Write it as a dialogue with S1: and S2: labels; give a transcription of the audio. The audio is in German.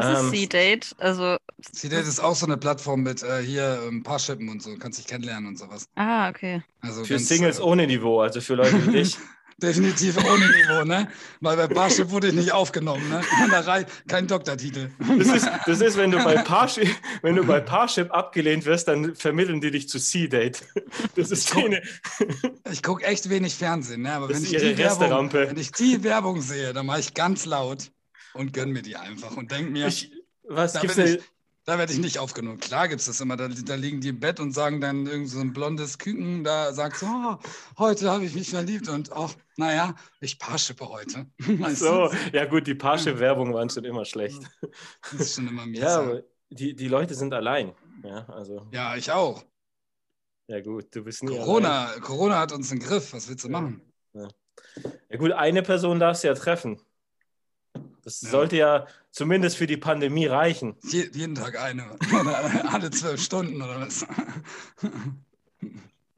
S1: Was ist C-Date? Also,
S2: C-Date ist auch so eine Plattform mit äh, hier ein paar Schippen und so, kannst dich kennenlernen und sowas.
S1: ah, okay.
S2: Also
S3: Für
S2: ganz,
S3: Singles
S2: äh,
S3: ohne Niveau, also für Leute wie dich.
S2: Definitiv ohne Niveau, ne? Weil bei Parship wurde ich nicht aufgenommen, ne? In der Reihe kein Doktortitel.
S3: Das ist, das ist wenn, du bei Parship, wenn du bei Parship abgelehnt wirst, dann vermitteln die dich zu C-Date. Das ist denen-
S2: Ich gucke echt wenig Fernsehen, ne? Aber
S3: Das
S2: wenn
S3: ist
S2: ich,
S3: ihre
S2: die Werbung,
S3: Resterampe.
S2: wenn ich die Werbung sehe, dann mache ich ganz laut und gönn mir die einfach und denk mir,
S3: Ich, was
S2: Da
S3: gibt's
S2: bin ich-
S3: denn?
S2: da werde ich nicht aufgenommen. Klar gibt es das immer. Da, da liegen die im Bett und sagen dann irgend so ein blondes Küken, da sagt so, oh, heute habe ich mich verliebt und ach, naja, ich Parshippe heute. Weißt du?
S3: So, ja gut, die Parship-Werbung waren schon immer schlecht.
S2: Das ist schon immer mies.
S3: Ja,
S2: Ja,
S3: aber die, die Leute sind allein. Ja, also,
S2: ja ich auch.
S3: ja gut, du bist nie Allein.
S2: Corona, Corona hat uns im Griff. Was willst du
S3: Ja.
S2: machen?
S3: Ja gut, eine Person darfst du ja treffen. Das
S2: Ja.
S3: sollte ja zumindest für die Pandemie reichen.
S2: Je, jeden Tag eine. Oder alle zwölf Stunden oder was?